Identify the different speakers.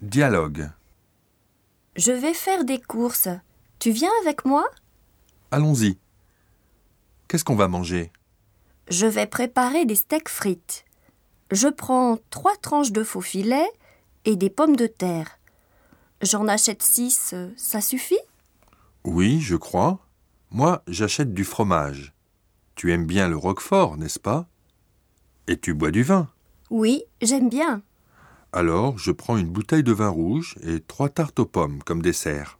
Speaker 1: Dialogue.
Speaker 2: Je vais faire des courses. Tu viens avec moi
Speaker 1: Allons-y. Qu'est-ce qu'on va manger
Speaker 2: Je vais préparer des steaks frites. Je prends trois tranches de faux filet et des pommes de terre. J'en achète six, euh, ça suffit
Speaker 1: Oui, je crois. Moi, j'achète du fromage. Tu aimes bien le roquefort, n'est-ce pas Et tu bois du vin.
Speaker 2: Oui, j'aime bien.
Speaker 1: Alors, je prends une bouteille de vin rouge et trois tartes aux pommes comme dessert.